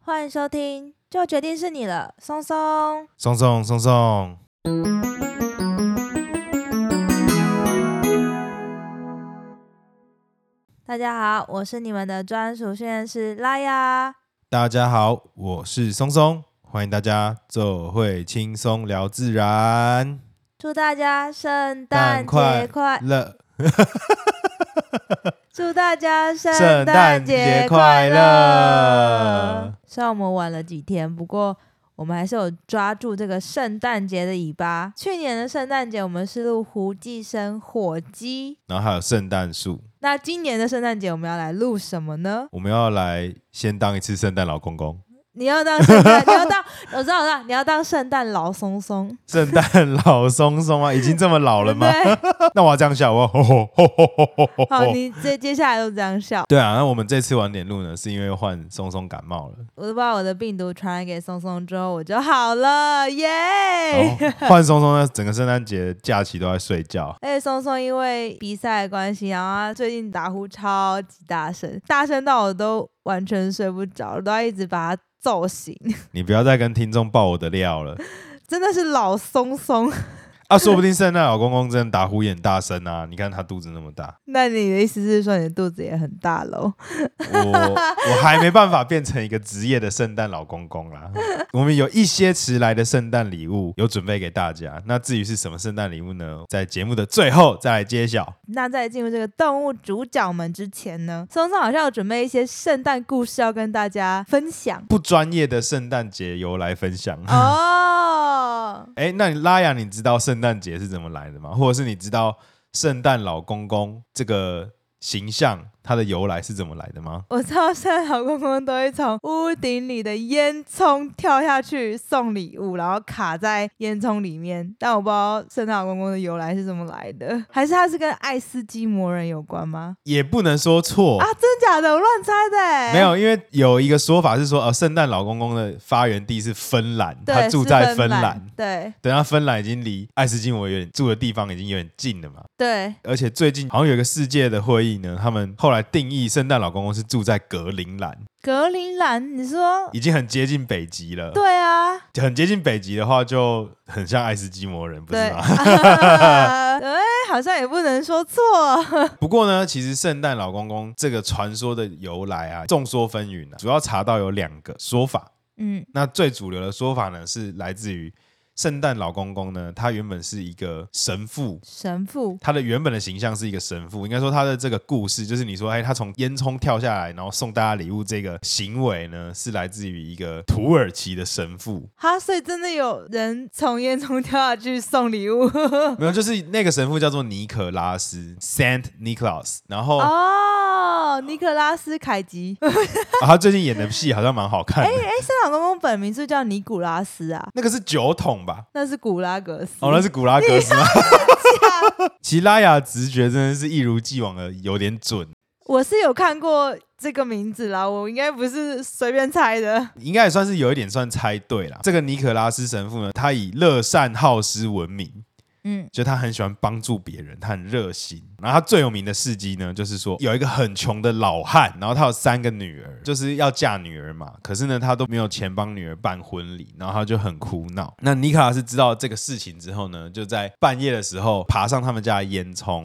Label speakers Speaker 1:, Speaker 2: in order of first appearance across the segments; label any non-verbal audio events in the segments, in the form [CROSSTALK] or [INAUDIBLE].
Speaker 1: 欢迎收听，就决定是你了，松松。
Speaker 2: 松松松松，
Speaker 1: 大家好，我是你们的专属训练师拉雅。
Speaker 2: 大家好，我是松松，欢迎大家做会轻松聊自然。
Speaker 1: 祝大家圣诞节
Speaker 2: 快
Speaker 1: 快！
Speaker 2: 乐，
Speaker 1: 祝大家圣
Speaker 2: 圣
Speaker 1: 诞
Speaker 2: 诞
Speaker 1: 节
Speaker 2: 节
Speaker 1: 快
Speaker 2: 快
Speaker 1: 乐
Speaker 2: 乐！
Speaker 1: 虽然我们晚了几天，不过我们还是有抓住这个圣诞节的尾巴。去年的圣诞节我们是录胡寄生火鸡，
Speaker 2: 然后还有圣诞树，
Speaker 1: 那今年的圣诞节我们要来录什么呢？
Speaker 2: 我们要来先当一次圣诞老公公，
Speaker 1: 你要当圣诞，你要当，我知道，我知道，你要当圣诞老松松，
Speaker 2: 圣诞老松
Speaker 1: [LAUGHS]
Speaker 2: 松啊，已经这么老了
Speaker 1: 对不
Speaker 2: 吗？
Speaker 1: 对？
Speaker 2: 那我要这样笑，我要 [LAUGHS] 吼吼吼吼吼吼吼
Speaker 1: 好，
Speaker 2: 吼。
Speaker 1: 你接接下来都这样笑，
Speaker 2: 对啊，那我们这次晚点录呢，是因为换松松感冒
Speaker 1: [LAUGHS]
Speaker 2: 了，
Speaker 1: 我都把我的病毒传染给松松之后，我就好了，耶、哦
Speaker 2: 然后换松松呢，整个圣诞节假期都在睡觉，
Speaker 1: 而且哎松松因为比赛的关系，然后他最近打呼超级大声，大声到我都完全睡不着，我都要一直把他揍醒，
Speaker 2: 你不要再跟听众爆我的料了。
Speaker 1: 真的是老松松。
Speaker 2: 啊，说不定圣诞老公公真的打呼也很大声啊！你看他肚子那么大，
Speaker 1: 那你的意思是说你的肚子也很大喽？
Speaker 2: 我我还没办法变成一个职业的圣诞老公公啦。我们有一些迟来的圣诞礼物有准备给大家，那至于是什么圣诞礼物呢？在节目的最后再来揭晓。
Speaker 1: [LAUGHS] 那在进入这个动物主角们之前呢，松松好像有准备一些圣诞故事要跟大家分享
Speaker 2: 不专业的圣诞节由来分享。
Speaker 1: [LAUGHS] 哦。
Speaker 2: 哎、那你拉雅，你知道圣诞节是怎么来的吗？或者是你知道圣诞老公公这个形象它的由来是怎么来的吗？
Speaker 1: 我知道圣诞老公公都会从屋顶里的烟囱跳下去送礼物，然后卡在烟囱里面。但我不知道圣诞老公公的由来是怎么来的， [LAUGHS] 还是它是跟爱斯基摩人有关吗？
Speaker 2: 也不能说错
Speaker 1: 啊，真假的？我乱猜的、欸。
Speaker 2: 哦没，有，因为有一个说法是说，呃，圣诞老公公的发源地是芬兰，
Speaker 1: 对，
Speaker 2: 他住
Speaker 1: 是
Speaker 2: 在
Speaker 1: 芬
Speaker 2: 芬
Speaker 1: 兰
Speaker 2: 兰。。
Speaker 1: 对
Speaker 2: 等下，芬兰已经离爱斯基摩有点住的地方已经有点近了嘛。
Speaker 1: 对，
Speaker 2: 而且最近好像有一个世界的会议呢，他们后来定义圣诞老公公是住在格陵兰，
Speaker 1: 格陵兰，你说？
Speaker 2: 已经很接近北极了。
Speaker 1: 对啊，
Speaker 2: 很接近北极的话，就很像爱斯基摩人，不
Speaker 1: 对，
Speaker 2: 是 [LAUGHS] 吗？
Speaker 1: 哎、好像也不能说错。
Speaker 2: [LAUGHS] 不过呢，其实圣诞老公公这个传说的由来啊，众说纷纭啊，主要查到有两个说法。
Speaker 1: 嗯，
Speaker 2: 那最主流的说法呢，是来自于圣诞老公公呢，他原本是一个神父，
Speaker 1: 神父，
Speaker 2: 他的原本的形象是一个神父，应该说他的这个故事，就是你说，哎，他从烟囱跳下来，然后送大家礼物这个行为呢，是来自于一个土耳其的神父，
Speaker 1: 哈，所以真的有人从烟囱跳下去送礼物。
Speaker 2: 没有，就是那个神父叫做尼可拉斯 （Saint Nicholas），然后、
Speaker 1: 哦，尼可拉斯凯
Speaker 2: [LAUGHS]
Speaker 1: 奇，哎
Speaker 2: 啊他最近演的戏好像蛮好看的，
Speaker 1: 哎，圣老公公本名是叫尼古拉斯啊，
Speaker 2: 那个是酒桶吧？
Speaker 1: 那是古拉格斯。
Speaker 2: 哦，那是古拉格斯吗？ [LAUGHS] 其实拉雅直觉真的是一如既往的有点准，
Speaker 1: 我是有看过这个名字啦，我应该不是随便猜的。
Speaker 2: 应该也算是有一点算猜对啦。这个尼可拉斯神父呢，他以乐善好施闻名，
Speaker 1: 嗯，
Speaker 2: 就他很喜欢帮助别人，他很热心。然后他最有名的事迹呢，就是说有一个很穷的老汉，然后他有三个女儿，就是要嫁女儿嘛，可是呢，他都没有钱帮女儿办婚礼，然后他就很苦恼。那尼可拉斯知道这个事情之后呢，就在半夜的时候爬上他们家的烟 [LAUGHS] 囱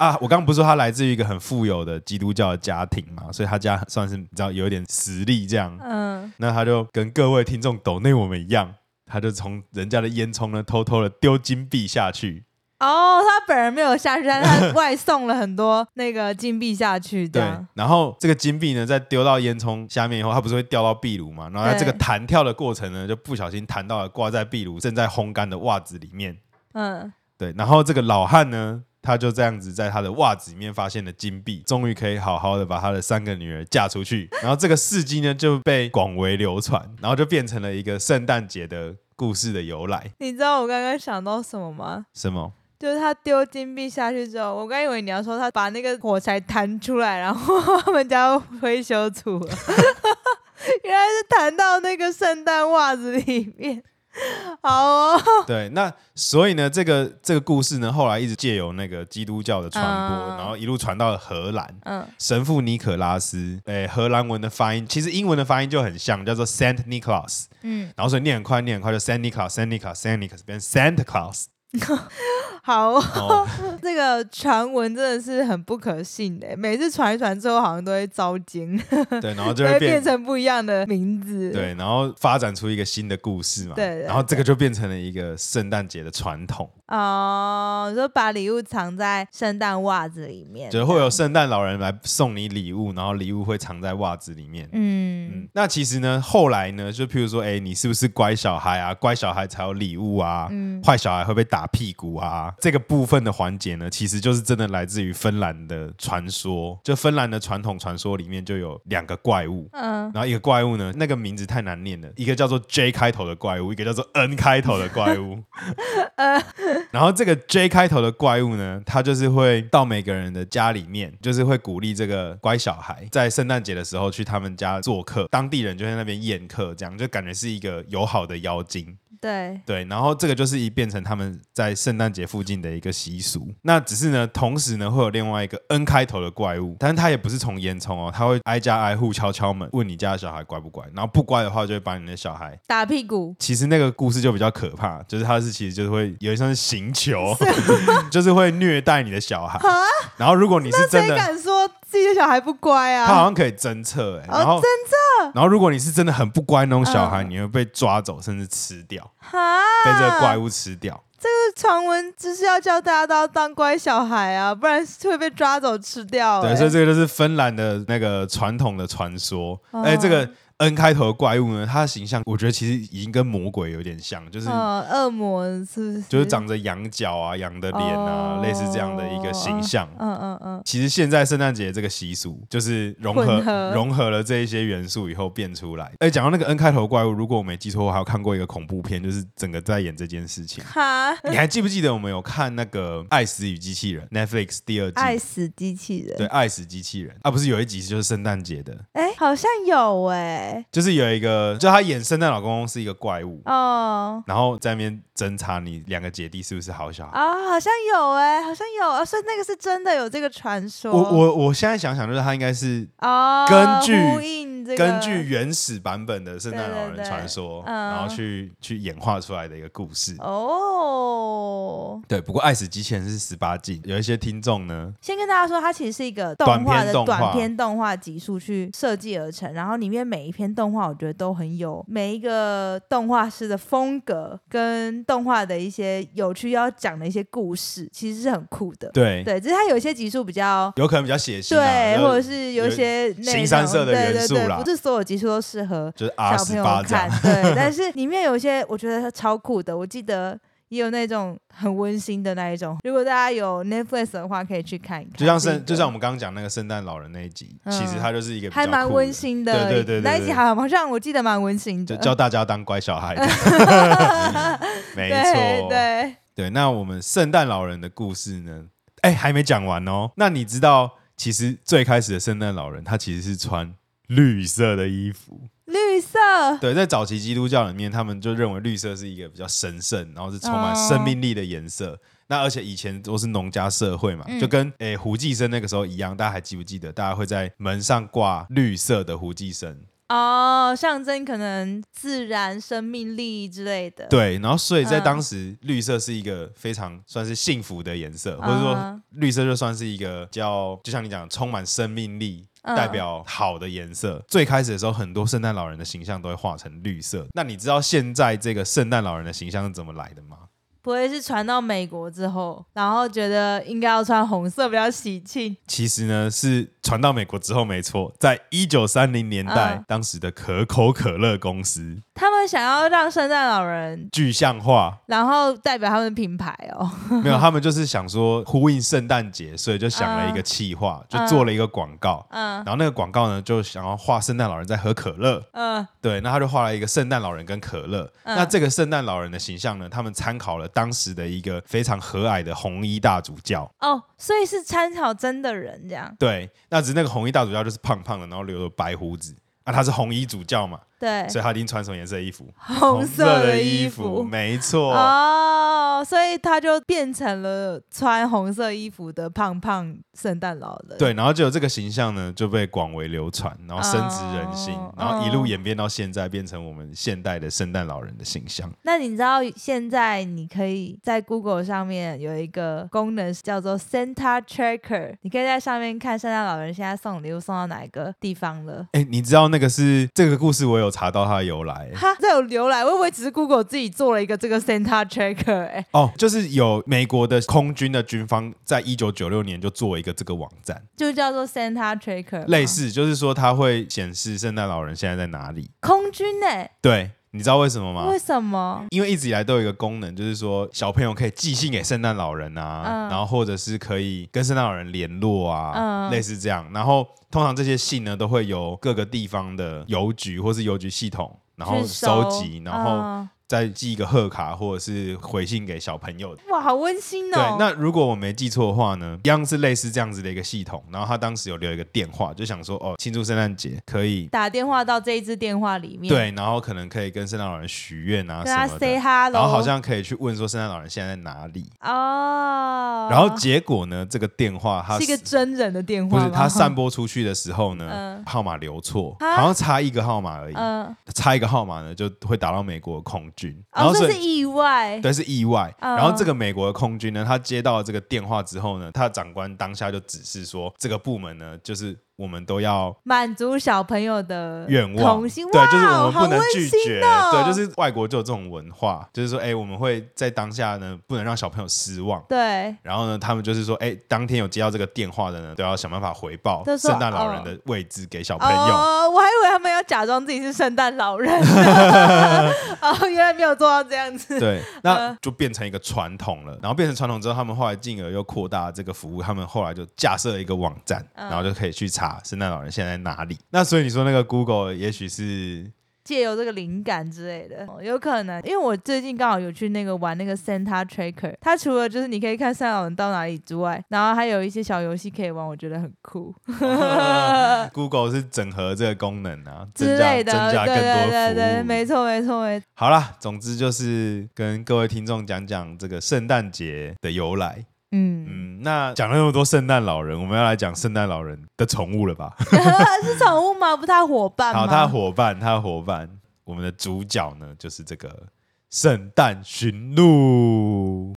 Speaker 2: 啊。我刚刚不是说他来自于一个很富有的基督教的家庭嘛，所以他家算是你知道有一点实力这样。
Speaker 1: 嗯，
Speaker 2: 那他就跟各位听众抖内我们一样，他就从人家的烟囱呢偷偷的丢金币下去。
Speaker 1: 哦，他本人没有下去，但是他外送了很多那个金币下去，这
Speaker 2: 对
Speaker 1: 样，
Speaker 2: 然后这个金币呢，在丢到烟囱下面以后，它不是会掉到壁炉嘛？然后在这个
Speaker 1: 对
Speaker 2: 弹跳的过程呢，就不小心弹到了挂在壁炉正在烘干的袜子里面。
Speaker 1: 嗯，
Speaker 2: 对，然后这个老汉呢，他就这样子在他的袜子里面发现了金币，终于可以好好的把他的三个女儿嫁出去。然后这个事迹呢，就被广为流传，然后就变成了一个圣诞节的故事的由来。
Speaker 1: 你知道我刚刚想到什么吗？
Speaker 2: 什么？
Speaker 1: 就是他丢金币下去之后，我刚以为你要说他把那个火柴弹出来，然后他们家灰 [LAUGHS] 修处了，原来是弹到那个圣诞袜子里面。好哦，
Speaker 2: 对，那所以呢，这个这个故事呢，后来一直借由那个基督教的传播，
Speaker 1: 嗯
Speaker 2: 然后一路传到了荷兰。
Speaker 1: 嗯，
Speaker 2: 神父尼可拉斯，诶，荷兰文的发音其实英文的发音就很像，叫做 Saint Nicholas，
Speaker 1: 嗯，
Speaker 2: 然后所以念很快，念很快就 Saint Nicholas，Saint Nicholas，Saint Nicholas 变 Santa Claus。
Speaker 1: 好哦，
Speaker 2: 哦，
Speaker 1: 这个传闻真的是很不可信的，每次传一传之后好像都会遭奸，
Speaker 2: 对，然后
Speaker 1: [LAUGHS]
Speaker 2: 就
Speaker 1: 都
Speaker 2: 会
Speaker 1: 会
Speaker 2: 变
Speaker 1: 变成不一样的名字。，
Speaker 2: 对，然后发展出一个新的故事嘛。
Speaker 1: 对对
Speaker 2: 然后这个就变成了一个圣诞节的传统，
Speaker 1: 哦，你说把礼物藏在圣诞袜子里面，
Speaker 2: 就是会有圣诞老人来送你礼物，然后礼物会藏在袜子里面。
Speaker 1: 嗯，
Speaker 2: 嗯，那其实呢，后来呢，就譬如说，哎、你是不是乖小孩啊？乖小孩才有礼物啊，
Speaker 1: 嗯
Speaker 2: 坏小孩会被打屁股啊。这个部分的环节呢，其实就是真的来自于芬兰的传说，就芬兰的传统传说里面就有两个怪物。
Speaker 1: 嗯，
Speaker 2: 然后一个怪物呢，那个名字太难念了，一个叫做 J 开头的怪物，一个叫做 N 开头的怪物。然后这个 J 开头的怪物呢，它就是会到每个人的家里面，就是会鼓励这个乖小孩在圣诞节的时候去他们家做客，当地人就在那边宴客，这样就感觉是一个友好的妖精。
Speaker 1: 对，
Speaker 2: 对，然后这个就是一变成他们在圣诞节附近的一个习俗。那只是呢，同时呢会有另外一个 N 开头的怪物，但是它也不是从烟囱哦，它会挨家挨户敲敲门，问你家的小孩乖不乖，然后不乖的话就会把你的小孩。
Speaker 1: 打屁股，
Speaker 2: 其实那个故事就比较可怕，就是它是其实就是会有一像是刑求， [LAUGHS] 就是会虐待你的小孩。然后如果你是真
Speaker 1: 谁
Speaker 2: 的，
Speaker 1: 敢说自己的小孩不乖
Speaker 2: 他好
Speaker 1: 啊？
Speaker 2: 像可以侦测哎、
Speaker 1: 哦
Speaker 2: 然后侦测，然后如果你是真的很不乖那种小孩，你会被抓走甚至吃掉，
Speaker 1: 哈，
Speaker 2: 被这
Speaker 1: 啊
Speaker 2: 个怪物吃掉。
Speaker 1: 传闻就是要叫大家都要当乖小孩啊，不然会被抓走吃掉、欸。
Speaker 2: 对，所以这个就是芬兰的那个传统的传说。
Speaker 1: 哦
Speaker 2: 哎、这个 N 开头的怪物呢，它的形象我觉得其实已经跟魔鬼有点像，就是、
Speaker 1: 嗯，恶魔是不是？
Speaker 2: 就是，长着羊角啊、羊的脸啊，
Speaker 1: 哦
Speaker 2: 类似这样的一个形象。
Speaker 1: 嗯嗯嗯，
Speaker 2: 其实现在圣诞节这个习俗就是融合
Speaker 1: 混合。
Speaker 2: 融合了这一些元素以后变出来。哎，讲到那个 N 开头的怪物，如果我没记错，我还有看过一个恐怖片，就是整个在演这件事情
Speaker 1: 哈，
Speaker 2: 你还记不记得我们有看那个《爱死与机器人》Netflix 第二季？
Speaker 1: 爱死机器人。
Speaker 2: 对，《爱死机器人》啊，不是有一集就是圣诞节的，
Speaker 1: 哎、好像有哎、
Speaker 2: 就是有一个，就他演圣诞老公公是一个怪物，
Speaker 1: 哦。
Speaker 2: 然后在那边侦查你两个姐弟是不是好小孩。
Speaker 1: 啊、好像有哎、好像有啊，所以那个是真的有这个传说。
Speaker 2: 我我我现在想想，就是他应该是
Speaker 1: 哦，
Speaker 2: 根据
Speaker 1: 呼应这个
Speaker 2: 根据原始版本的圣诞老
Speaker 1: 对
Speaker 2: 人
Speaker 1: 对对
Speaker 2: 传说，
Speaker 1: 嗯
Speaker 2: 然后去去演化出来的一个故事。
Speaker 1: 哦，
Speaker 2: 对，不过《爱死机器人》是十八禁，有一些听众呢，
Speaker 1: 先跟大家说，它其实是一个
Speaker 2: 短
Speaker 1: 动画
Speaker 2: 片
Speaker 1: 的
Speaker 2: 动画
Speaker 1: 短片动画集数去设计而成，然后里面每一篇动画，我觉得都很有每一个动画师的风格跟动画的一些有趣要讲的一些故事，其实是很酷的。
Speaker 2: 对，
Speaker 1: 对，只是它有一些集数比较。
Speaker 2: 有可能比较血腥、啊，
Speaker 1: 对，
Speaker 2: 就
Speaker 1: 或者是有一些内容
Speaker 2: 新三色的元素
Speaker 1: 对对
Speaker 2: 啦
Speaker 1: 对，不是所有集数都适合
Speaker 2: 就是
Speaker 1: 小
Speaker 2: R
Speaker 1: 朋
Speaker 2: 十
Speaker 1: 友
Speaker 2: 八这
Speaker 1: 看
Speaker 2: 样。，
Speaker 1: 对，但是里面有一些我觉得它超酷的，我记得也有那种很温馨的那一种。如果大家有 Netflix 的话，可以去看一看。
Speaker 2: 就像
Speaker 1: 是一
Speaker 2: 圣，
Speaker 1: 个
Speaker 2: 就像我们刚刚讲那个圣诞老人那一集，
Speaker 1: 嗯
Speaker 2: 其实它就是一个比较
Speaker 1: 还蛮
Speaker 2: 酷
Speaker 1: 温
Speaker 2: 的
Speaker 1: 馨
Speaker 2: 对对对对对
Speaker 1: 那一集好好像我记得蛮温馨
Speaker 2: 就
Speaker 1: 的。
Speaker 2: 教大家当乖小孩。
Speaker 1: [LAUGHS]
Speaker 2: 没
Speaker 1: 对
Speaker 2: 错，
Speaker 1: 对，
Speaker 2: 对那我们圣诞老人的故事呢？哎，还没讲完哦。那你知道，其实最开始的圣诞老人他其实是穿绿色的衣服。
Speaker 1: 绿色
Speaker 2: 对，在早期基督教里面，他们就认为绿色是一个比较神圣，然后是充满
Speaker 1: 哦
Speaker 2: 生命力的颜色。那而且以前都是农家社会嘛，
Speaker 1: 嗯
Speaker 2: 就跟诶胡寄生那个时候一样，大家还记不记得？大家会在门上挂绿色的胡寄生，
Speaker 1: 哦，象征可能自然生命力之类的。
Speaker 2: 对，然后所以在
Speaker 1: 嗯
Speaker 2: 当时，绿色是一个非常算是幸福的颜色，
Speaker 1: 嗯
Speaker 2: 或者说绿色就算是一个比较，就像你讲，充满生命力。
Speaker 1: 嗯
Speaker 2: 代表好的颜色。最开始的时候，很多圣诞老人的形象都会画成绿色。那你知道现在这个圣诞老人的形象是怎么来的吗？
Speaker 1: 不会是传到美国之后，然后觉得应该要穿红色比较喜庆
Speaker 2: 其实呢，是传到美国之后，没错，在一九三零年代，
Speaker 1: 嗯
Speaker 2: 当时的可口可乐公司
Speaker 1: 他们想要让圣诞老人，
Speaker 2: 具象化，
Speaker 1: 然后代表他们的品牌哦。
Speaker 2: [LAUGHS] 没有，他们就是想说呼应圣诞节，所以就想了一个企划，就做了一个广告。
Speaker 1: 嗯
Speaker 2: 然后那个广告呢，就想要画圣诞老人在喝可乐，
Speaker 1: 嗯
Speaker 2: 对，那他就画了一个圣诞老人跟可乐。
Speaker 1: 嗯
Speaker 2: 那这个圣诞老人的形象呢，他们参考了当时的一个非常和蔼的红衣大主教。
Speaker 1: 哦，所以是参考真的人这样。
Speaker 2: 对，那只是那个红衣大主教就是胖胖的，然后留着白胡子啊，他是红衣主教嘛，
Speaker 1: 对，
Speaker 2: 所以他一定穿什么颜色的衣服？
Speaker 1: 红色的
Speaker 2: 衣
Speaker 1: 衣
Speaker 2: 服，
Speaker 1: 服。
Speaker 2: 没错。
Speaker 1: 哦，所以他就变成了穿红色衣服的胖胖圣诞老人。
Speaker 2: 对，然后就有这个形象呢就被广为流传，然后深植人心，
Speaker 1: 哦
Speaker 2: 然后一路
Speaker 1: 哦
Speaker 2: 演变到现在，变成我们现代的圣诞老人的形象。
Speaker 1: 那你知道现在你可以在 Google 上面有一个功能叫做 Santa Tracker，你可以在上面看圣诞老人现在送礼物送到哪一个地方了。
Speaker 2: 哎、你知道那个是这个故事，我有查到它的由来。
Speaker 1: 哈，这有浏览，会不会只是 Google 自己做了一个这个 Santa Tracker？哎、
Speaker 2: 哦，就是有美国的空军的军方在一九九六年就做一个这个网站，
Speaker 1: 就叫做 Santa Tracker，吗
Speaker 2: 类似就是说它会显示圣诞老人现在在哪里。
Speaker 1: 空军哎、
Speaker 2: 对，你知道为什么吗
Speaker 1: 为？什么？
Speaker 2: 因为一直以来都有一个功能，就是说小朋友可以寄信给圣诞老人啊，
Speaker 1: 嗯
Speaker 2: 然后或者是可以跟圣诞老人联络啊，
Speaker 1: 嗯
Speaker 2: 类似这样。然后通常这些信呢，都会由各个地方的邮局或是邮局系统，然后
Speaker 1: 去
Speaker 2: 收集，然后
Speaker 1: 嗯
Speaker 2: 再寄一个贺卡或者是回信给小朋友。
Speaker 1: 哇，好温馨
Speaker 2: 对
Speaker 1: 哦。，
Speaker 2: 那如果我没记错的话呢，一样是类似这样子的一个系统。然后他当时有留一个电话，就想说哦，庆祝圣诞节可以
Speaker 1: 打电话到这一支电话里面，，
Speaker 2: 对，然后可能可以跟圣诞老人许愿啊
Speaker 1: 跟
Speaker 2: 什
Speaker 1: 他
Speaker 2: 么
Speaker 1: say
Speaker 2: 的。
Speaker 1: hello，
Speaker 2: 然后好像可以去问说圣诞老人现在在哪里。
Speaker 1: 哦，
Speaker 2: 然后结果呢，这个电话它
Speaker 1: [LAUGHS] 是一个真人的电话
Speaker 2: 不
Speaker 1: 吗，
Speaker 2: 是它散播出去的时候呢
Speaker 1: 嗯，
Speaker 2: 号码留错，
Speaker 1: 啊
Speaker 2: 好像差一个号码而已，
Speaker 1: 嗯，
Speaker 2: 差一个号码呢就会打到美国的空军，然
Speaker 1: 哦，
Speaker 2: 后
Speaker 1: 这
Speaker 2: 所
Speaker 1: 是
Speaker 2: 以。
Speaker 1: 意外，
Speaker 2: 对，是意外。
Speaker 1: 嗯
Speaker 2: 然后这个美国的空军呢，他接到这个电话之后呢，他的长官当下就指示说，这个部门呢，就是我们都要
Speaker 1: 满足小朋友的
Speaker 2: 愿望，
Speaker 1: 童心，
Speaker 2: 对，就是
Speaker 1: 哇
Speaker 2: 我们不能
Speaker 1: 好温
Speaker 2: 拒
Speaker 1: 馨
Speaker 2: 绝，
Speaker 1: 哦
Speaker 2: 对，就是外国就有这种文化，就是说，哎，我们会在当下呢，不能让小朋友失望。
Speaker 1: 对，
Speaker 2: 然后呢，他们就是说，哎，当天有接到这个电话的呢，都要想办法回报
Speaker 1: 就说
Speaker 2: 圣诞老人的位置给小朋友。
Speaker 1: 哦，我还以为他们要假装自己是圣诞老人， [LAUGHS] 哦，原来没有做到这样子， [LAUGHS]
Speaker 2: 对，那
Speaker 1: 嗯
Speaker 2: 就变成一个传统了。然后变成传统之后，他们后来进而又扩大这个服务，他们后来就架设了一个网站，
Speaker 1: 嗯
Speaker 2: 然后就可以去查圣诞老人现在在哪里。那所以你说那个 Google 也许是
Speaker 1: 借由这个灵感之类的，哦有可能，因为我最近刚好有去那个玩那个 Santa Tracker，它除了就是你可以看圣诞老人到哪里之外，然后还有一些小游戏可以玩，我觉得很
Speaker 2: [LAUGHS]
Speaker 1: 酷
Speaker 2: Google 是整合这个功能啊，增
Speaker 1: 之
Speaker 2: 加
Speaker 1: 类
Speaker 2: 增
Speaker 1: 的，
Speaker 2: 加更
Speaker 1: 对对对对，
Speaker 2: 多
Speaker 1: 没
Speaker 2: 服务。
Speaker 1: 错没错没错。
Speaker 2: 好啦，总之就是跟各位听众讲讲这个圣诞节的由来。
Speaker 1: 嗯，
Speaker 2: 嗯，那讲了那么多圣诞老人，我们要来讲圣诞老人的宠物了吧？
Speaker 1: [LAUGHS] 是宠物吗？不太伙伴吗？
Speaker 2: 好，他的伙伴，他的伙伴，我们的主角呢，就是这个圣诞驯鹿。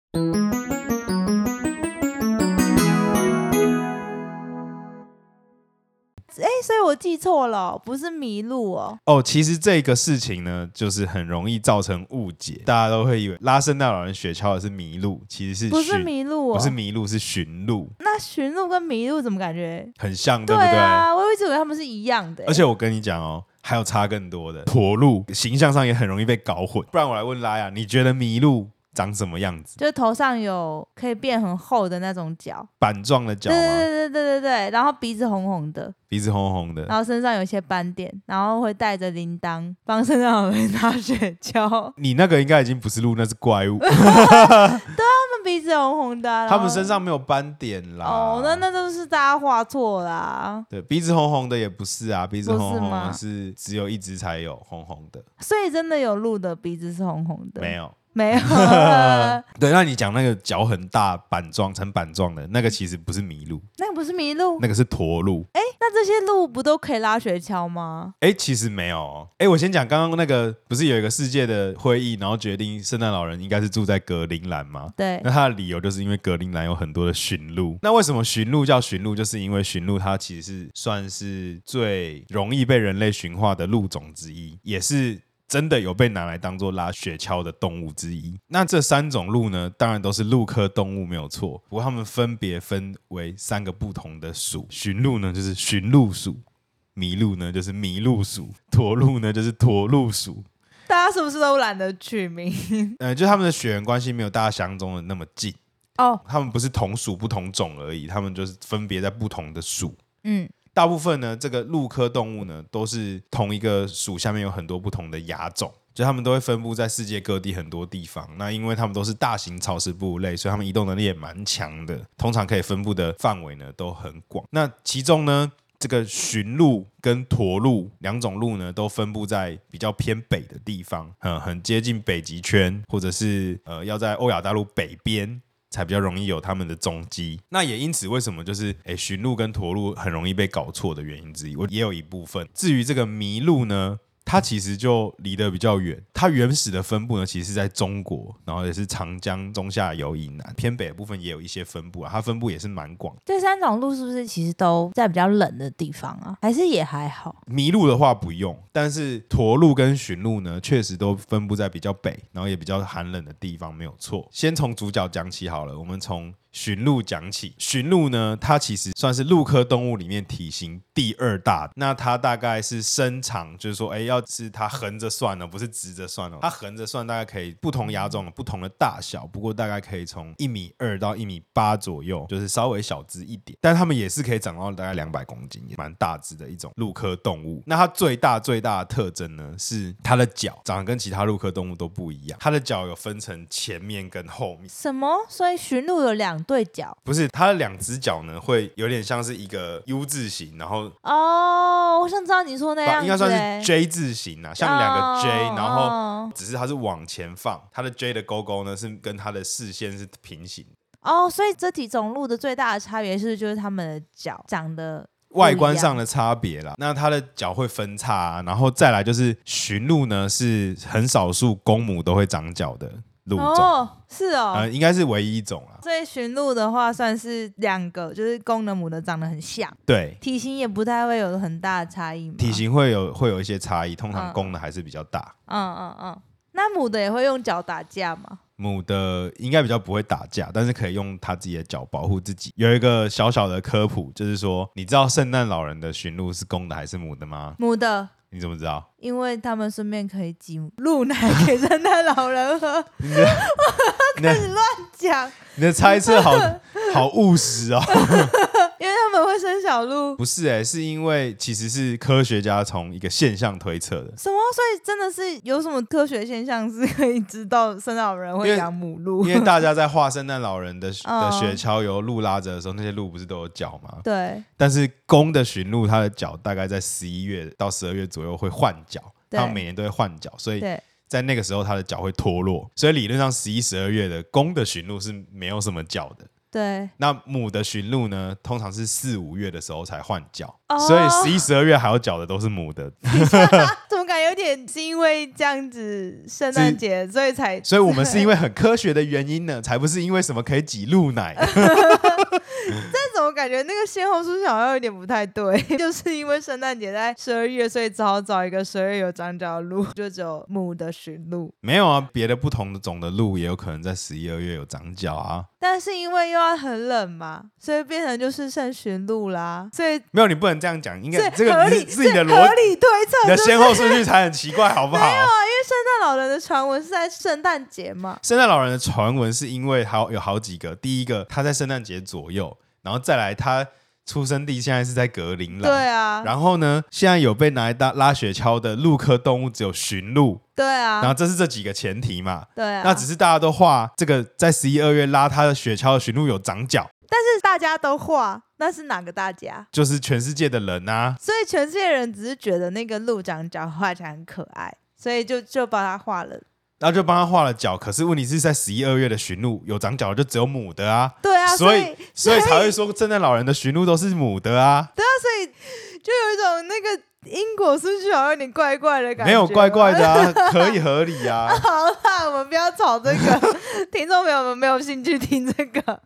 Speaker 1: 欸所以我记错了哦，不是麋鹿哦。
Speaker 2: 哦，其实这个事情呢，就是很容易造成误解，大家都会以为拉圣诞老人雪橇的是麋鹿，其实是
Speaker 1: 不是
Speaker 2: 驯
Speaker 1: 麋鹿、哦，
Speaker 2: 不是麋鹿，是驯鹿，
Speaker 1: 那驯鹿跟麋鹿怎么感觉？
Speaker 2: 很像，对不对？
Speaker 1: 啊，我一直以为他们是一样的欸。
Speaker 2: 而且我跟你讲哦，还有差更多的驼鹿，形象上也很容易被搞混。不然我来问拉雅，你觉得麋鹿长什么样子？
Speaker 1: 就是头上有可以变很厚的那种角，
Speaker 2: 板状的角
Speaker 1: 对
Speaker 2: 吗？
Speaker 1: 对对对对对，然后鼻子红红的，
Speaker 2: 鼻子红红
Speaker 1: 然
Speaker 2: 的。
Speaker 1: 后身上有一些斑点，然后会带着铃铛帮身上有人拿雪橇。他
Speaker 2: 你那个应该已经不是鹿，那
Speaker 1: [LAUGHS]
Speaker 2: 是怪
Speaker 1: 哦
Speaker 2: 物。
Speaker 1: 们鼻子红红的啊，然
Speaker 2: 他们
Speaker 1: 后
Speaker 2: 身上没有斑点啦。
Speaker 1: 哦，那那都是大家画错啦。
Speaker 2: 对鼻子红红的也不是啊，鼻子红红的
Speaker 1: 不
Speaker 2: 是只有一只才有红红的，
Speaker 1: 所以真的有鹿的鼻子是红红的，
Speaker 2: 没有。
Speaker 1: 没有。呃
Speaker 2: 对，那你讲那个脚很大、板状、呈板状的那个，其实不是麋鹿，
Speaker 1: 那个不是麋鹿，
Speaker 2: 那个是驼鹿。
Speaker 1: 那这些鹿不都可以拉雪橇吗？
Speaker 2: 哎、其实没有哦。哎、我先讲刚刚那个，不是有一个世界的会议，然后决定圣诞老人应该是住在格陵兰吗？
Speaker 1: 对
Speaker 2: 那，他的理由就是因为格陵兰有很多的驯鹿。那为什么驯鹿叫驯鹿？就是因为驯鹿它其实是算是最容易被人类驯化的鹿种之一，也是。真的有被拿来当做拉雪橇的动物之一。那这三种鹿呢，当然都是鹿科动物没有错，不过它们分别分为三个不同的属。驯鹿呢就是驯鹿属，麋鹿呢就是麋鹿属，驼鹿呢就是驼鹿属。
Speaker 1: 大家是不是都懒得取名？
Speaker 2: 呃，就它们的血缘关系没有大家想象中的那么近。
Speaker 1: 哦，
Speaker 2: 他们不是同属不同种而已，他们就是分别在不同的属。
Speaker 1: 嗯，
Speaker 2: 大部分呢，这个鹿科动物呢，都是同一个属下面有很多不同的亚种，就它们都会分布在世界各地很多地方。那因为它们都是大型草食哺乳类，所以它们移动能力也蛮强的，通常可以分布的范围呢都很广。那其中呢，这个驯鹿跟驼鹿两种鹿呢，都分布在比较偏北的地方，嗯，很接近北极圈，或者是呃要在欧亚大陆北边。才比较容易有他们的踪迹，那也因此为什么就是诶驯鹿跟驼鹿很容易被搞错的原因之一，我也有一部分。至于这个麋鹿呢，它其实就离得比较远，它原始的分布呢，其实是在中国，然后也是长江中下游以南偏北的部分也有一些分布啊，它分布也是蛮广。
Speaker 1: 这三种路是不是其实都在比较冷的地方啊？还是也还好？
Speaker 2: 麋鹿的话不用，但是驼鹿跟驯鹿呢，确实都分布在比较北，然后也比较寒冷的地方，没有错。先从主角讲起好了，我们从驯鹿讲起。驯鹿呢，它其实算是鹿科动物里面体型第二大，那它大概是身长，就是说，哎，要是它横着算哦，不是直着算哦，它横着算大概可以不同亚种有不同的大小，不过大概可以从一米二到一米八左右，就是稍微小只一点，但它们也是可以长到大概两百公斤，也蛮大只的一种鹿科动物。那它最大最大的特征呢，是它的脚长得跟其他鹿科动物都不一样，它的脚有分成前面跟后面。
Speaker 1: 什么？所以驯鹿有两对脚
Speaker 2: 不是，它的两只脚呢，会有点像是一个 U 字形，然后
Speaker 1: 哦？我想知道你说那样
Speaker 2: 应该
Speaker 1: 子、
Speaker 2: 算
Speaker 1: 欸，
Speaker 2: 是 J 字形啊，像两个 J，、
Speaker 1: 哦
Speaker 2: 然后
Speaker 1: 哦
Speaker 2: 只是它是往前放，它的 J 的勾勾呢是跟它的视线是平行的，
Speaker 1: 哦，所以这几种鹿的最大的差别是不是就是它们的脚长得
Speaker 2: 外观上的差别啦。那它的脚会分叉、啊，然后再来就是驯鹿呢是很少数公母都会长脚的鹿种，
Speaker 1: 哦，是哦。
Speaker 2: 呃，应该是唯一一种啦。
Speaker 1: 所以驯鹿的话，算是两个，就是公的母的长得很像，
Speaker 2: 对，
Speaker 1: 体型也不太会有很大的差异嘛。
Speaker 2: 体，型会有会有一些差异，通常
Speaker 1: 嗯
Speaker 2: 公的还是比较大。
Speaker 1: 嗯嗯嗯。那母的也会用脚打架吗？
Speaker 2: 母的应该比较不会打架，但是可以用它自己的脚保护自己。有一个小小的科普，就是说，你知道圣诞老人的驯鹿是公的还是母的吗？
Speaker 1: 母的，
Speaker 2: 你怎么知道？
Speaker 1: 因为他们顺便可以挤鹿奶 [LAUGHS] 给圣诞老人喝。 [LAUGHS]
Speaker 2: 你的你的
Speaker 1: 讲，
Speaker 2: 你的猜测好 [LAUGHS] 好务实哦。 [LAUGHS]
Speaker 1: 因为他们会生小鹿。
Speaker 2: 不是哎、是因为其实是科学家从一个现象推测的。
Speaker 1: 什么？所以真的是有什么科学现象是可以知道圣诞老人会
Speaker 2: 因为
Speaker 1: 养母鹿
Speaker 2: 因？为大家在画圣诞老
Speaker 1: [LAUGHS]
Speaker 2: 人的的
Speaker 1: 哦
Speaker 2: 雪橇由鹿拉着的时候，那些鹿不是都有脚吗？
Speaker 1: 对，
Speaker 2: 但是公的驯鹿，它的脚大概在十一月到十二月左右会换脚，
Speaker 1: 对
Speaker 2: 它每年都会换脚，所以
Speaker 1: 对
Speaker 2: 在那个时候它的脚会脱落，所以理论上十一、十二月的公的驯鹿是没有什么脚的。
Speaker 1: 对，
Speaker 2: 那母的驯鹿呢，通常是四五月的时候才换脚，
Speaker 1: 哦
Speaker 2: 所以十一、十二月还有脚的都是
Speaker 1: [LAUGHS]
Speaker 2: 母的。
Speaker 1: 怎么感觉有点是因为这样子圣诞节，所以才
Speaker 2: 所以我们是因为很科学的原因呢，才不是因为什么可以挤鹿
Speaker 1: [LAUGHS]
Speaker 2: 奶。
Speaker 1: 但怎么感觉那个先后顺序好像有点不太对？ [LAUGHS] 就是因为圣诞节在十二月，所以只好找一个十二月有长角的鹿，就只有母的驯鹿。
Speaker 2: 没有啊，别的不同的种的鹿也有可能在十一、二月有长脚啊。
Speaker 1: 但是因为又要很冷嘛，所以变成就是剩驯鹿啦。所以
Speaker 2: 没有，你不能这样讲，应
Speaker 1: 所以
Speaker 2: 该这个
Speaker 1: 合
Speaker 2: 你
Speaker 1: 理
Speaker 2: 是自己的
Speaker 1: 是
Speaker 2: 逻
Speaker 1: 合理推测，
Speaker 2: 你的
Speaker 1: 就是
Speaker 2: 先后顺序才很奇怪，好不好？
Speaker 1: 啊圣诞老人的传闻是在圣诞节嘛？
Speaker 2: 圣诞老人的传闻是因为好有好几个，第一个他在圣诞节左右，然后再来他出生地现在是在格陵兰，
Speaker 1: 对啊，
Speaker 2: 然后呢，现在有被拿来搭拉雪橇的鹿科动物只有驯鹿，
Speaker 1: 对
Speaker 2: 然后
Speaker 1: 啊，
Speaker 2: 这是这几个前提嘛。
Speaker 1: 对啊。
Speaker 2: 那只是大家都画这个在十一二月拉他的雪橇的驯鹿有长角，
Speaker 1: 但是大家都画，那是哪个大家？
Speaker 2: 就是全世界的人啊，
Speaker 1: 所以全世界人只是觉得那个鹿长角画起来很可爱，所以就就帮他画了。
Speaker 2: 然后就帮他画了角。可是问题是在十一二月的驯鹿有长角的就只有母的啊，
Speaker 1: 对啊，所
Speaker 2: 所
Speaker 1: 以
Speaker 2: 以所以才会说圣诞老人的驯鹿都是母的啊。
Speaker 1: 对啊，所以就有一种那个因果顺序好像有点怪怪的感觉。
Speaker 2: 没有怪怪。的啊，可以合理啊。
Speaker 1: [LAUGHS] 好啦，我们不要吵这个，
Speaker 2: [LAUGHS]
Speaker 1: 听众朋友们没有兴趣听这个，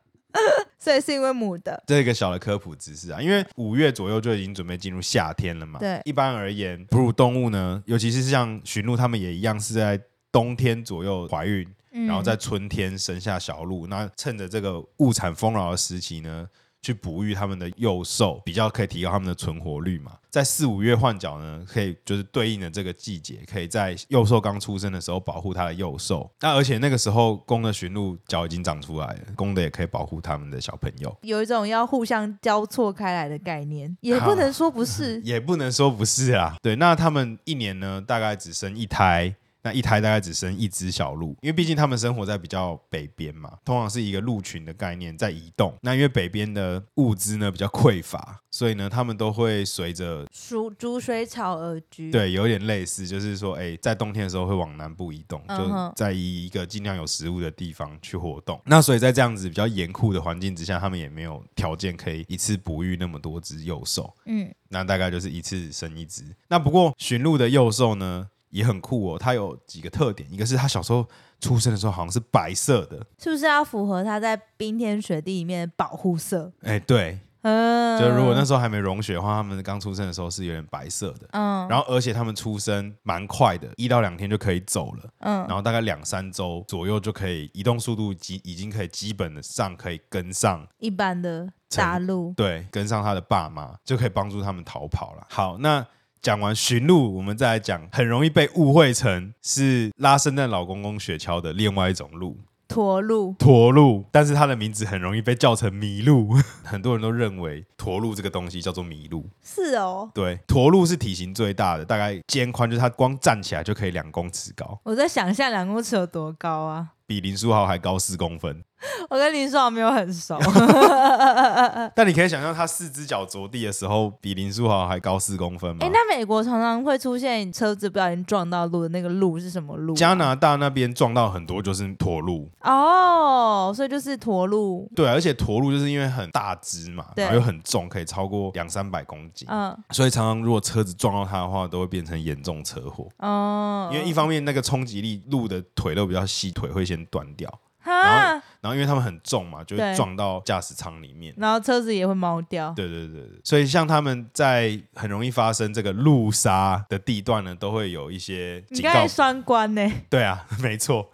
Speaker 1: 所以是因为母的。
Speaker 2: 这个小的科普知识啊，因为五月左右就已经准备进入夏天了嘛。
Speaker 1: 对
Speaker 2: 一般而言，哺乳动物呢，尤其是像驯鹿，它们也一样是在冬天左右怀孕，
Speaker 1: 嗯
Speaker 2: 然后在春天生下小鹿。那趁着这个物产丰饶的时期呢，去哺育它们的幼兽，比较可以提高它们的存活率嘛。在四五月换角呢，可以就是对应的这个季节，可以在幼兽刚出生的时候保护它的幼兽。那而且那个时候公的驯鹿脚已经长出来了，公的也可以保护它们的小朋友。
Speaker 1: 有一种要互相交错开来的概念，也不
Speaker 2: 嗯
Speaker 1: 能说不是。
Speaker 2: 也不能说不是啊。对，那他们一年呢，大概只生一胎，那一胎大概只生一只小鹿，因为毕竟他们生活在比较北边嘛，通常是一个鹿群的概念在移动。那因为北边的物资呢比较匮乏，所以呢他们都会随着
Speaker 1: 逐逐水草而居。，
Speaker 2: 对，有点类似，就是说，哎、在冬天的时候会往南部移动，
Speaker 1: 嗯哼
Speaker 2: 就在一个尽量有食物的地方去活动。那所以在这样子比较严酷的环境之下，他们也没有条件可以一次哺育那么多只幼兽，
Speaker 1: 嗯，
Speaker 2: 那大概就是一次生一只。那不过驯鹿的幼兽呢？也很酷哦，它有几个特点，一个是它小时候出生的时候好像是白色的，
Speaker 1: 是不是要符合它在冰天雪地里面的保护色？
Speaker 2: 哎、对，
Speaker 1: 嗯，
Speaker 2: 就如果那时候还没融雪的话，他们刚出生的时候是有点白色的，
Speaker 1: 嗯，
Speaker 2: 然后而且他们出生蛮快的，一到两天就可以走了，
Speaker 1: 嗯
Speaker 2: 然后大概两三周左右就可以移动速度基已经可以基本的上可以跟上，
Speaker 1: 一般的大陆，
Speaker 2: 对，跟上他的爸妈就可以帮助他们逃跑了。好，那讲完驯鹿，我们再来讲很容易被误会成是拉圣诞老公公雪橇的另外一种鹿。
Speaker 1: 驼鹿，
Speaker 2: 驼鹿，但是它的名字很容易被叫成麋鹿， [LAUGHS] 很多人都认为驼鹿这个东西叫做麋鹿。
Speaker 1: 是哦。
Speaker 2: 对，驼鹿是体型最大的，大概肩宽，就是它光站起来就可以两公尺高，
Speaker 1: 我在想象两公尺有多高啊！
Speaker 2: 比林书豪还高四公分。
Speaker 1: 我跟林书豪没有很
Speaker 2: [LAUGHS]
Speaker 1: 熟，
Speaker 2: 哦但你可以想象，他四只脚着地的时候，比林书豪还高四公分吗？
Speaker 1: 哎、那美国常常会出现车子不小心撞到路的那个路是什么路啊、
Speaker 2: 加拿大那边撞到很多就是驼鹿，
Speaker 1: 哦所以就是驼鹿，
Speaker 2: 对啊、而且驼鹿就是因为很大只嘛，
Speaker 1: 对
Speaker 2: 然后又很重，可以超过两三百公斤，
Speaker 1: 嗯
Speaker 2: 所以常常如果车子撞到它的话，都会变成严重车祸。
Speaker 1: 哦，
Speaker 2: 因为一方面那个冲击力，鹿的腿都比较细，腿会先断掉，然
Speaker 1: 哈，
Speaker 2: 然后因为它们很重嘛，就
Speaker 1: 对
Speaker 2: 会撞到驾驶舱里面。
Speaker 1: 然后车子也会猫掉，
Speaker 2: 对对对对，所以像他们在很容易发生这个路杀的地段呢，都会有一些
Speaker 1: 你
Speaker 2: 警
Speaker 1: 刚
Speaker 2: 告
Speaker 1: 才双关呢、
Speaker 2: 对啊， [LAUGHS] 没
Speaker 1: [LAUGHS]
Speaker 2: 错，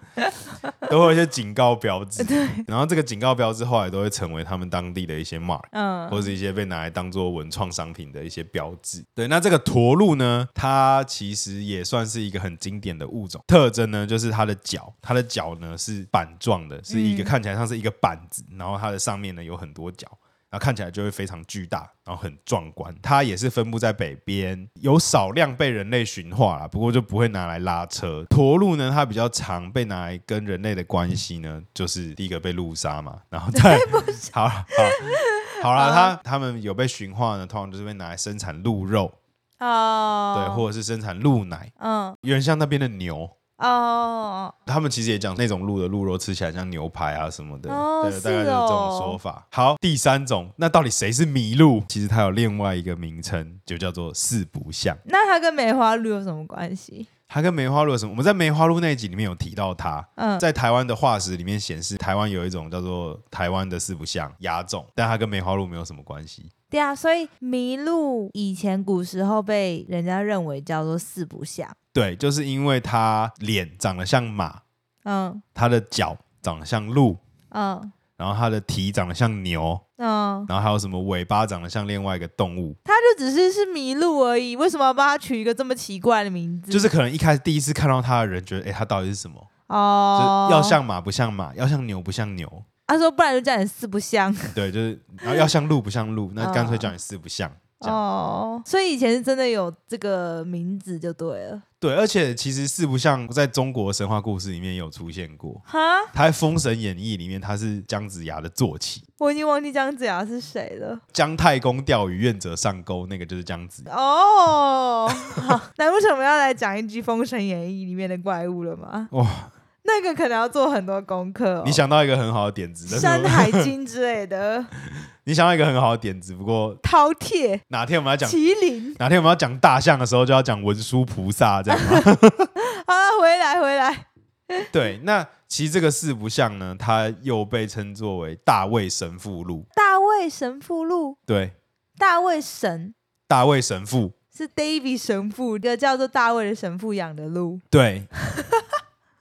Speaker 2: 都会有一些警告标志。然后这个警告标志后来都会成为他们当地的一些 mark，
Speaker 1: 嗯，
Speaker 2: 或是一些被拿来当做文创商品的一些标志。对，那这个驼鹿呢，它其实也算是一个很经典的物种，特征呢就是它的脚，它的脚呢是板状的，是一个
Speaker 1: 嗯
Speaker 2: 看起来像是一个板子，然后它的上面呢有很多角。然后看起来就会非常巨大，然后很壮观。它也是分布在北边，有少量被人类驯化啦，不过就不会拿来拉车。驼鹿呢，它比较常被拿来跟人类的关系呢，就是第一个被路杀嘛，然后再 [LAUGHS] 好了 [LAUGHS] 好好了，
Speaker 1: 啊
Speaker 2: 它它们有被驯化呢，通常就是被拿来生产鹿肉，
Speaker 1: 哦，
Speaker 2: 对，或者是生产鹿奶，
Speaker 1: 嗯
Speaker 2: 有点像那边的牛。
Speaker 1: 哦，
Speaker 2: 他们其实也讲那种鹿的鹿肉吃起来像牛排啊什么的，
Speaker 1: 哦
Speaker 2: 对，大概就是这种
Speaker 1: 哦
Speaker 2: 说法。好，第三种，那到底谁是麋鹿？其实它有另外一个名称，就叫做四不像。
Speaker 1: 那它跟梅花鹿有什么关系？
Speaker 2: 它跟梅花鹿有什么？我们在梅花鹿那一集里面有提到它，
Speaker 1: 嗯，
Speaker 2: 在台湾的化石里面显示，台湾有一种叫做台湾的四不像亚种，但它跟梅花鹿没有什么关系。
Speaker 1: 对啊，所以麋鹿以前古时候被人家认为叫做四不像，
Speaker 2: 对，就是因为它脸长得像马，
Speaker 1: 嗯
Speaker 2: 它的脚长得像鹿，
Speaker 1: 嗯
Speaker 2: 然后它的蹄长得像牛，
Speaker 1: 嗯，
Speaker 2: 然后还有什么尾巴长得像另外一个动物。
Speaker 1: 它就只是是麋鹿而已，为什么要帮它取一个这么奇怪的名字？
Speaker 2: 就是可能一开始第一次看到它的人觉得，哎、它到底是什么？
Speaker 1: 哦，
Speaker 2: 就是要像马不像马，要像牛不像牛， [LAUGHS]
Speaker 1: 他说，不然就叫你四不像
Speaker 2: 对，就是然后要像鹿不像鹿，那干脆叫你四不像。 [LAUGHS] 这样
Speaker 1: 哦。所以以前是真的有这个名字就对了
Speaker 2: 对，而且其实四不像在中国神话故事里面有出现过，
Speaker 1: 哈。
Speaker 2: 它在《封神演义》里面它是姜子牙的坐骑，
Speaker 1: 我已经忘记姜子牙是谁了
Speaker 2: 姜太公钓鱼愿者上钩，那个就是姜子牙。
Speaker 1: 哦。好，难不成我们要来讲一句《封神演义》里面的怪物了吗？
Speaker 2: 哇，
Speaker 1: 那个可能要做很多功课、哦。
Speaker 2: 你想到一个很好的点子，
Speaker 1: 《
Speaker 2: 但
Speaker 1: 山
Speaker 2: 是我
Speaker 1: 海经》之类的，
Speaker 2: [LAUGHS] 你想到一个很好的点子，不过
Speaker 1: 饕餮、
Speaker 2: 哪天我们要讲。
Speaker 1: 麒麟。
Speaker 2: 哪天我们要讲大象的时候，就要讲文殊菩萨这样吗？
Speaker 1: 好了，回来回来。
Speaker 2: [LAUGHS] 对，那其实这个四不像呢，它又被称作为大卫神父鹿。
Speaker 1: 大卫神父录，
Speaker 2: 对，
Speaker 1: 大卫神
Speaker 2: 大卫神父，
Speaker 1: 是 David 神父，一个叫做大卫的神父养的鹿。
Speaker 2: 对， [LAUGHS]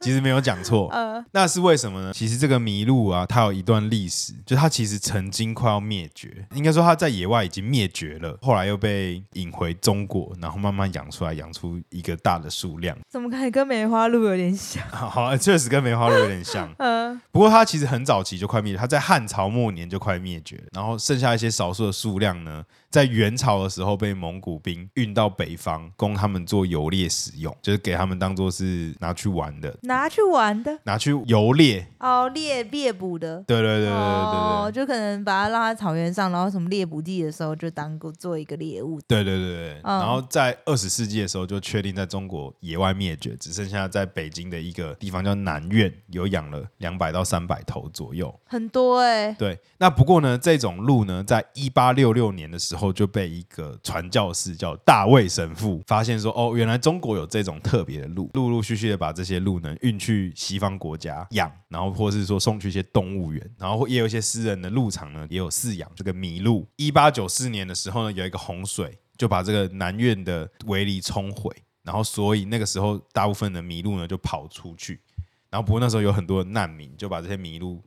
Speaker 2: 其实没有讲错。
Speaker 1: 呃，
Speaker 2: 那是为什么呢？其实这个麋鹿啊，它有一段历史，就它其实曾经快要灭绝，应该说它在野外已经灭绝了，后来又被引回中国，然后慢慢养出来，养出一个大的数量。 [LAUGHS]
Speaker 1: 怎么感觉跟梅花鹿有点像？ [LAUGHS]
Speaker 2: 好，确实跟梅花鹿有点像。
Speaker 1: 呃，
Speaker 2: 不过它其实很早期就快灭绝，它在汉朝末年就快灭绝了，然后剩下一些少数的数量呢，在元朝的时候被蒙古兵运到北方，供他们做游猎使用，就是给他们当做是拿去玩的，
Speaker 1: 拿去玩的
Speaker 2: 拿去游猎。
Speaker 1: 哦，猎猎捕的。
Speaker 2: 对对对对对对对。
Speaker 1: 哦，就可能把它让它草原上，然后什么猎捕地的时候就当做做一个猎物。
Speaker 2: 对对对对，
Speaker 1: 嗯
Speaker 2: 然后在二十世纪的时候就确定在中国野外灭绝，只剩下在北京的一个地方叫南苑，有养了两百到三百头左右。
Speaker 1: 很多哎、
Speaker 2: 对，那不过呢，这种鹿呢，在一八六六年的时候就被一个传教士叫大卫神父发现说，哦，原来中国有这种特别的鹿，陆陆续续的把这些鹿呢运去西方国家养，然后或是说送去一些动物园，然后也有一些私人的鹿场呢也有饲养这个麋鹿。一八九四年的时候呢，有一个洪水就把这个南苑的围篱冲毁，然后所以那个时候大部分的麋鹿呢就跑出去。然后，不过那时候有很多的难民，就把这些麋鹿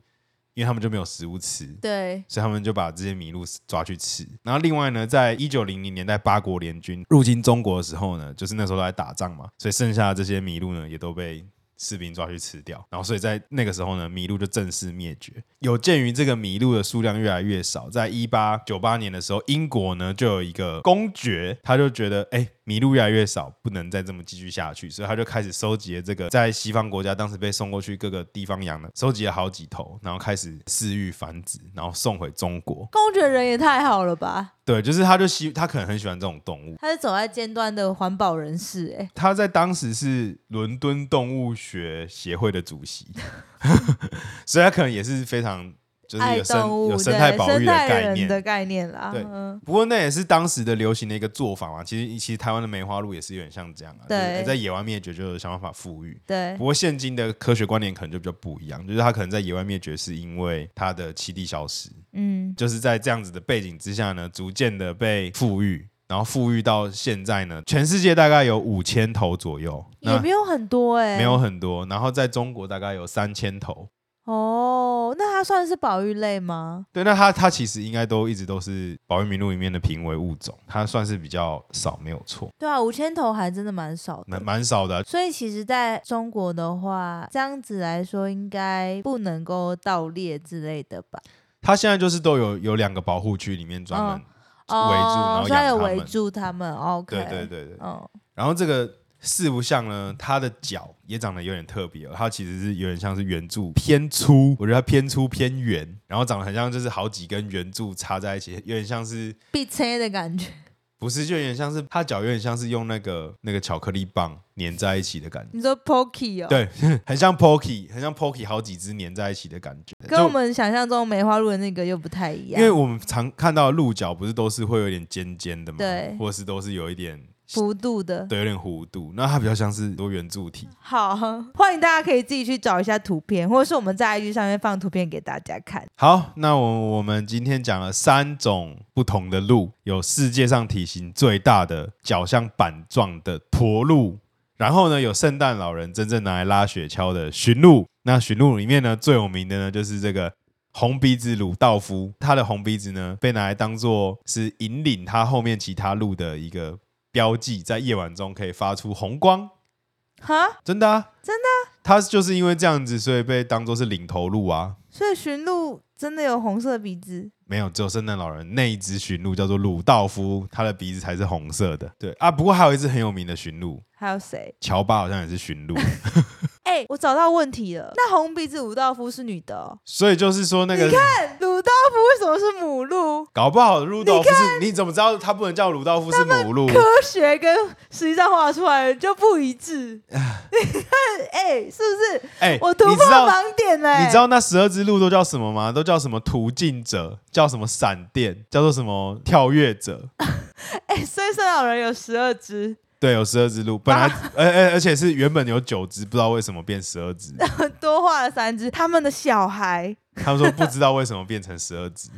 Speaker 2: 因为他们就没有食物吃，
Speaker 1: 对，
Speaker 2: 所以他们就把这些麋鹿抓去吃。然后另外呢，在一九零零年代八国联军入侵中国的时候呢，就是那时候都在打仗嘛，所以剩下的这些麋鹿呢也都被。士兵抓去吃掉，然后所以在那个时候呢，麋鹿就正式灭绝。有鉴于这个麋鹿的数量越来越少，在一八九八年的时候，英国呢就有一个公爵，他就觉得，哎，麋鹿越来越少，不能再这么继续下去，所以他就开始收集了这个在西方国家当时被送过去各个地方养的，收集了好几头，然后开始饲育繁殖，然后送回中国。
Speaker 1: 公爵人也太好了吧？
Speaker 2: 对，就是他就喜，他可能很喜欢这种动物。
Speaker 1: 他是走在尖端的环保人士哎、
Speaker 2: 他在当时是伦敦动物学协会的主席， [LAUGHS] 所以他可能也是非常就是
Speaker 1: 爱
Speaker 2: 有生
Speaker 1: 动物
Speaker 2: 有
Speaker 1: 对
Speaker 2: 生态保育
Speaker 1: 生
Speaker 2: 的
Speaker 1: 态
Speaker 2: 概
Speaker 1: 人
Speaker 2: 念
Speaker 1: 的概念啦。
Speaker 2: 对
Speaker 1: 嗯，
Speaker 2: 不过那也是当时的流行的一个做法嘛。其实其实台湾的梅花鹿也是有点像这样啊，
Speaker 1: 对
Speaker 2: 就是在野外灭绝就是想办法富裕。
Speaker 1: 对
Speaker 2: 不过现今的科学观点可能就比较不一样，就是它可能在野外灭绝是因为它的栖地消失，
Speaker 1: 嗯，
Speaker 2: 就是在这样子的背景之下呢，逐渐的被富裕，然后富裕到现在呢，全世界大概有五千头左右，
Speaker 1: 也
Speaker 2: 那
Speaker 1: 没有很多哎、
Speaker 2: 没有很多，然后在中国大概有三千头。
Speaker 1: 哦。那它算是保育类吗？
Speaker 2: 对，那它它其实应该都一直都是保育名录里面的濒危物种，它算是比较少，没有错。
Speaker 1: 对啊，五千头还真的蛮少的
Speaker 2: 蛮。蛮少的啊、
Speaker 1: 所以其实在中国的话，这样子来说，应该不能够盗猎之类的吧？
Speaker 2: 它现在就是都有有两个保护区里面专门，围住然
Speaker 1: 哦
Speaker 2: 后，
Speaker 1: 所以
Speaker 2: 养
Speaker 1: 有
Speaker 2: 它
Speaker 1: 围
Speaker 2: 们
Speaker 1: 住他们。OK，
Speaker 2: 对对对对。
Speaker 1: 嗯，
Speaker 2: 然后这个四不像呢，它的脚也长得有点特别、哦，它其实是有点像是圆柱偏粗，我觉得它偏粗偏圆，然后长得很像就是好几根圆柱插在一起，有点像是
Speaker 1: 必切的感觉。
Speaker 2: 不是就有点像是它脚有点像是用那个那个巧克力棒粘在一起的感觉。
Speaker 1: 你说 Pocky 哦？
Speaker 2: 对，很像 Pocky，很像 Pocky，好几只粘在一起的感觉。
Speaker 1: 跟
Speaker 2: 就
Speaker 1: 我们想象中梅花鹿的那个又不太一样，
Speaker 2: 因为我们常看到的鹿角不是都是会有点尖尖的嘛，
Speaker 1: 对
Speaker 2: 或是都是有一点
Speaker 1: 幅度的。
Speaker 2: 对，有点弧度，那它比较像是多圆柱体。
Speaker 1: 好，欢迎大家可以自己去找一下图片，或者是我们在 IG 上面放图片给大家看。
Speaker 2: 好，那我我们今天讲了三种不同的鹿，有世界上体型最大的脚像板状的驼鹿，然后呢有圣诞老人真正拿来拉雪橇的驯鹿。那驯鹿里面呢最有名的呢就是这个红鼻子鲁道夫，他的红鼻子呢被拿来当做是引领他后面其他鹿的一个标记，在夜晚中可以发出红光。
Speaker 1: 哈，
Speaker 2: 真的、啊，
Speaker 1: 真
Speaker 2: 的、啊，他就是因为这样子，所以被当做是领头鹿啊。
Speaker 1: 所以驯鹿真的有红色鼻子，
Speaker 2: 没有，只有圣诞老人那一只驯鹿叫做鲁道夫，他的鼻子才是红色的。对啊，不过还有一只很有名的驯鹿，
Speaker 1: 还有谁？
Speaker 2: 乔巴好像也是驯鹿，
Speaker 1: 哎、我找到问题了，那红鼻子鲁道夫是女的、哦，
Speaker 2: 所以就是说那个
Speaker 1: 鲁道夫为什么是母鹿？
Speaker 2: 搞不好鲁道夫是，你怎么知道他不能叫鲁道夫是母鹿？
Speaker 1: 科学跟实际上画出来的就不一致，你看， [LAUGHS] 哎、是不是？
Speaker 2: 哎、
Speaker 1: 我哎突
Speaker 2: 你
Speaker 1: 破
Speaker 2: 知道
Speaker 1: 盲点嘞、
Speaker 2: 你知道那十二只鹿都叫什么吗？都叫什么途径者，叫什么闪电，叫做什么跳跃者。
Speaker 1: 哎、所以圣诞老人有十二只， [LAUGHS]
Speaker 2: 对，有十二只鹿，本来而而、而且是原本有九只，不知道为什么变十二只。
Speaker 1: 多画了三只，他们的小孩，
Speaker 2: 他们说不知道为什么变成十二只。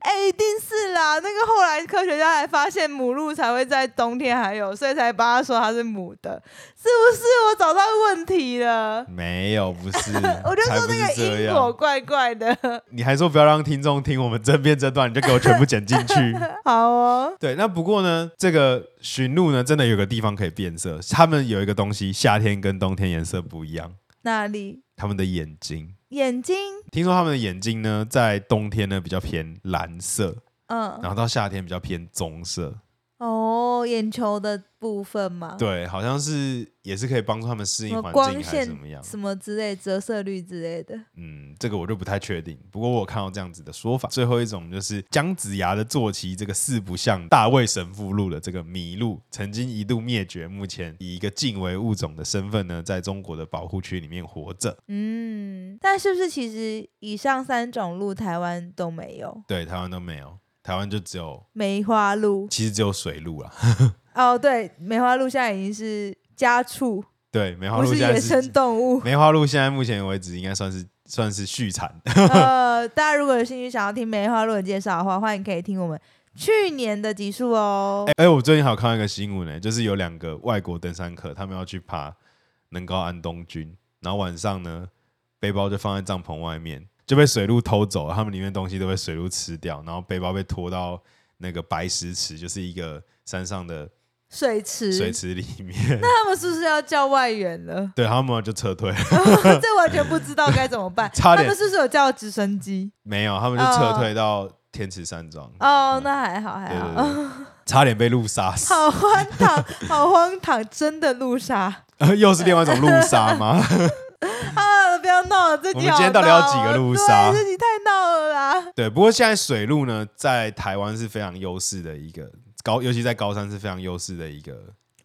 Speaker 1: 哎、一定是啦。那个后来科学家还发现母鹿才会在冬天还有，所以才帮他说它是母的，是不是？我找到问题了。
Speaker 2: [LAUGHS] 没有，不是，
Speaker 1: [LAUGHS] 我就
Speaker 2: 才
Speaker 1: 说
Speaker 2: 不
Speaker 1: 那
Speaker 2: 是
Speaker 1: 个
Speaker 2: 这
Speaker 1: 因果
Speaker 2: 样。
Speaker 1: 怪怪的，
Speaker 2: 你还说不要让听众听我们这边这段，你就给我全部剪进
Speaker 1: [LAUGHS]
Speaker 2: 去。
Speaker 1: 好哦，
Speaker 2: 对，那不过呢，这个驯鹿呢，真的有个地方可以变色，它们有一个东西，夏天跟冬天颜色不一样，
Speaker 1: 哪里？
Speaker 2: 它们的眼睛。
Speaker 1: 眼睛，
Speaker 2: 听说它们的眼睛呢，在冬天呢比较偏蓝色，
Speaker 1: 嗯，
Speaker 2: 然后到夏天比较偏棕色。
Speaker 1: 哦，眼球的部分嘛，
Speaker 2: 对，好像是也是可以帮助他们适
Speaker 1: 什
Speaker 2: 应
Speaker 1: 么
Speaker 2: 环
Speaker 1: 光
Speaker 2: 境还
Speaker 1: 线
Speaker 2: 是怎么样。
Speaker 1: 什么之类，折射率之类的。
Speaker 2: 嗯，这个我就不太确定。不过我有看到这样子的说法。最后一种就是姜子牙的坐骑，这个四不像大卫神父录的这个麋鹿，曾经一度灭绝，目前以一个近危物种的身份呢，在中国的保护区里面活着。
Speaker 1: 嗯，但是不是其实以上三种鹿台湾都没有？
Speaker 2: 对，台湾都没有，台湾就只有
Speaker 1: 梅花鹿
Speaker 2: 其实只有水鹿啊。
Speaker 1: 哦，对，梅花鹿现在已经是家畜，
Speaker 2: [LAUGHS] 对，梅花
Speaker 1: 不
Speaker 2: 鹿
Speaker 1: 是
Speaker 2: 现在
Speaker 1: 野
Speaker 2: 是。
Speaker 1: 生动物
Speaker 2: [LAUGHS] 梅花鹿现在目前为止应该算是算是续产的。
Speaker 1: 呃，大家如果有兴趣想要听梅花鹿的介绍的话，欢迎可以听我们去年的集数哦。
Speaker 2: 哎、我最近还有看到一个新闻呢、欸就是有两个外国登山客，他们要去爬能高安东军，然后晚上呢，背包就放在帐篷外面，就被水鹿偷走了，他们里面东西都被水鹿吃掉，然后背包被拖到那个白石池，就是一个山上的
Speaker 1: 水池，
Speaker 2: 水池里面。？
Speaker 1: 他们是不是要叫外援了
Speaker 2: [LAUGHS] 对，他们就撤退了，
Speaker 1: 这完全不知道该怎么办。
Speaker 2: 差
Speaker 1: 他
Speaker 2: 点
Speaker 1: 们是不是有叫直升机？
Speaker 2: 没有，他们就撤退到天池山庄。
Speaker 1: 哦，
Speaker 2: 嗯
Speaker 1: 那还好，还
Speaker 2: 对
Speaker 1: 好。[LAUGHS]
Speaker 2: 对对，差点被鹿杀死，
Speaker 1: 好荒唐，好荒唐，真的路杀
Speaker 2: [LAUGHS] 又是另外一种鹿杀吗？
Speaker 1: 啊！不要闹了，这集
Speaker 2: 我们
Speaker 1: 好
Speaker 2: 今天到底要
Speaker 1: 闹哦
Speaker 2: 几个路杀
Speaker 1: 对这集太闹了啦！
Speaker 2: 对，不过现在水路呢，在台湾是非常优势的一个高，尤其在高山是非常优势的一个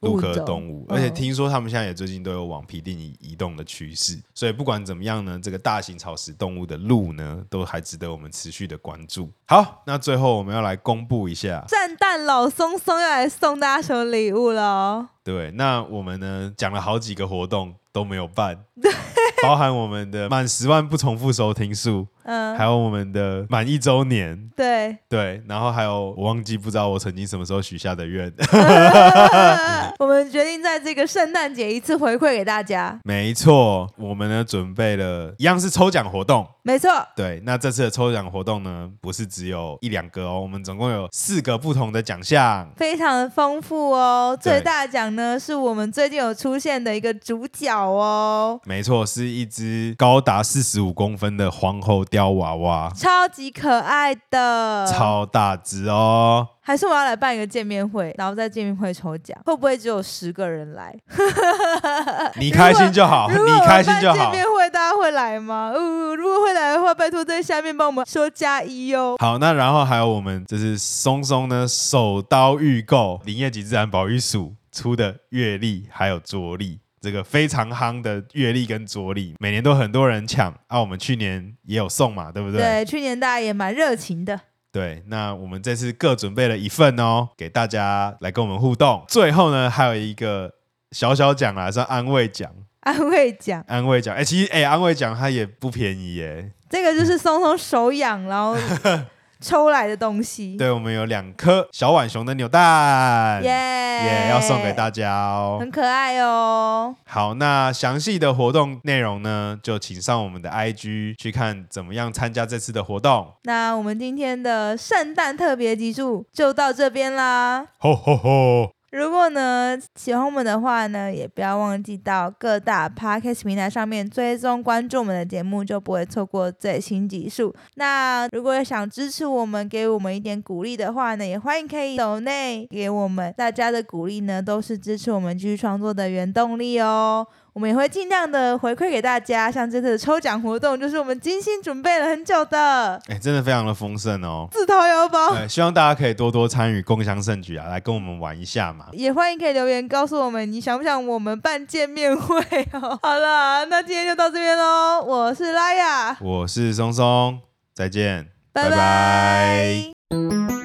Speaker 2: 陆科动物
Speaker 1: 物，种
Speaker 2: 而且
Speaker 1: 嗯
Speaker 2: 听说他们现在也最近都有往皮定移移动的趋势，所以不管怎么样呢，这个大型草食动物的鹿呢，都还值得我们持续的关注。好，那最后我们要来公布一下，
Speaker 1: 战蛋老松松要来送大家什么礼物了哦？
Speaker 2: 对，那我们呢讲了好几个活动都没有
Speaker 1: [LAUGHS]
Speaker 2: 办，包含我们的满十万不重复收听数，还
Speaker 1: 嗯，
Speaker 2: 有我们的满一周年，
Speaker 1: 对，
Speaker 2: 对，然后还有我忘记不知道我曾经什么时候许下的愿， [LAUGHS]
Speaker 1: 呃我们决定在这个圣诞节一次回馈给大家。
Speaker 2: 没错，我们呢准备了一样是抽奖活动。
Speaker 1: 没错，
Speaker 2: 对，那这次的抽奖活动呢，不是只有一两个哦，我们总共有四个不同的奖项。
Speaker 1: 非常的丰富哦。
Speaker 2: 对
Speaker 1: 最大的奖呢，是我们最近有出现的一个主角哦，
Speaker 2: 没错，是一只高达四十五公分的皇后雕娃娃，
Speaker 1: 超级可爱的，
Speaker 2: 超大
Speaker 1: [LAUGHS]
Speaker 2: 只哦。
Speaker 1: 还是我要来办一个见面会，然后在见面会抽奖，会不会只有十个人来？
Speaker 2: 你开心就好，
Speaker 1: 如果
Speaker 2: 你
Speaker 1: 我
Speaker 2: 开
Speaker 1: 办
Speaker 2: 心就
Speaker 1: 见
Speaker 2: 好。
Speaker 1: 面会大家会来吗？呃，如果会来的话，拜托在下面帮我们说加一哦。
Speaker 2: 好，那然后还有我们就是松松呢，手刀预购林业及自然保育署出的月历还有着力，这个非常夯的月历跟着力，每年都很多人抢啊。我们去年也有送嘛，对不对？
Speaker 1: 对，去年大家也蛮热情的。
Speaker 2: 对那我们这次各准备了一份哦，给大家来跟我们互动。最后呢，还有一个小小奖啦，算安慰奖，
Speaker 1: 安慰奖，
Speaker 2: 安慰奖。哎，其实哎，安慰奖它也不便宜耶。
Speaker 1: 这个就是松松手痒，然
Speaker 2: [LAUGHS]
Speaker 1: 后抽来的东西。
Speaker 2: 对，我们有两颗小浣熊的扭蛋。
Speaker 1: 耶
Speaker 2: 也要送给大家哦。
Speaker 1: 很可爱哦。
Speaker 2: 好，那详细的活动内容呢，就请上我们的 IG 去看怎么样参加这次的活动。
Speaker 1: 那我们今天的圣诞特别集数就到这边啦。
Speaker 2: 吼吼吼！
Speaker 1: 如果呢喜欢我们的话呢，也不要忘记到各大 podcast 平台上面追踪关注我们的节目，就不会错过最新集数。那如果想支持我们，给我们一点鼓励的话呢，也欢迎可以抖内给我们。大家的鼓励呢，都是支持我们继续创作的原动力哦。我们也会尽量的回馈给大家，像这次的抽奖活动，就是我们精心准备了很久的
Speaker 2: 哎，真的非常的丰盛哦。
Speaker 1: 自掏腰包。
Speaker 2: 对，希望大家可以多多参与共享盛举啊，来跟我们玩一下嘛。
Speaker 1: 也欢迎可以留言告诉我们，你想不想我们办见面会哦？好了，那今天就到这边喽。我是拉雅，
Speaker 2: 我是松松，再见，
Speaker 1: 拜
Speaker 2: 拜拜
Speaker 1: 拜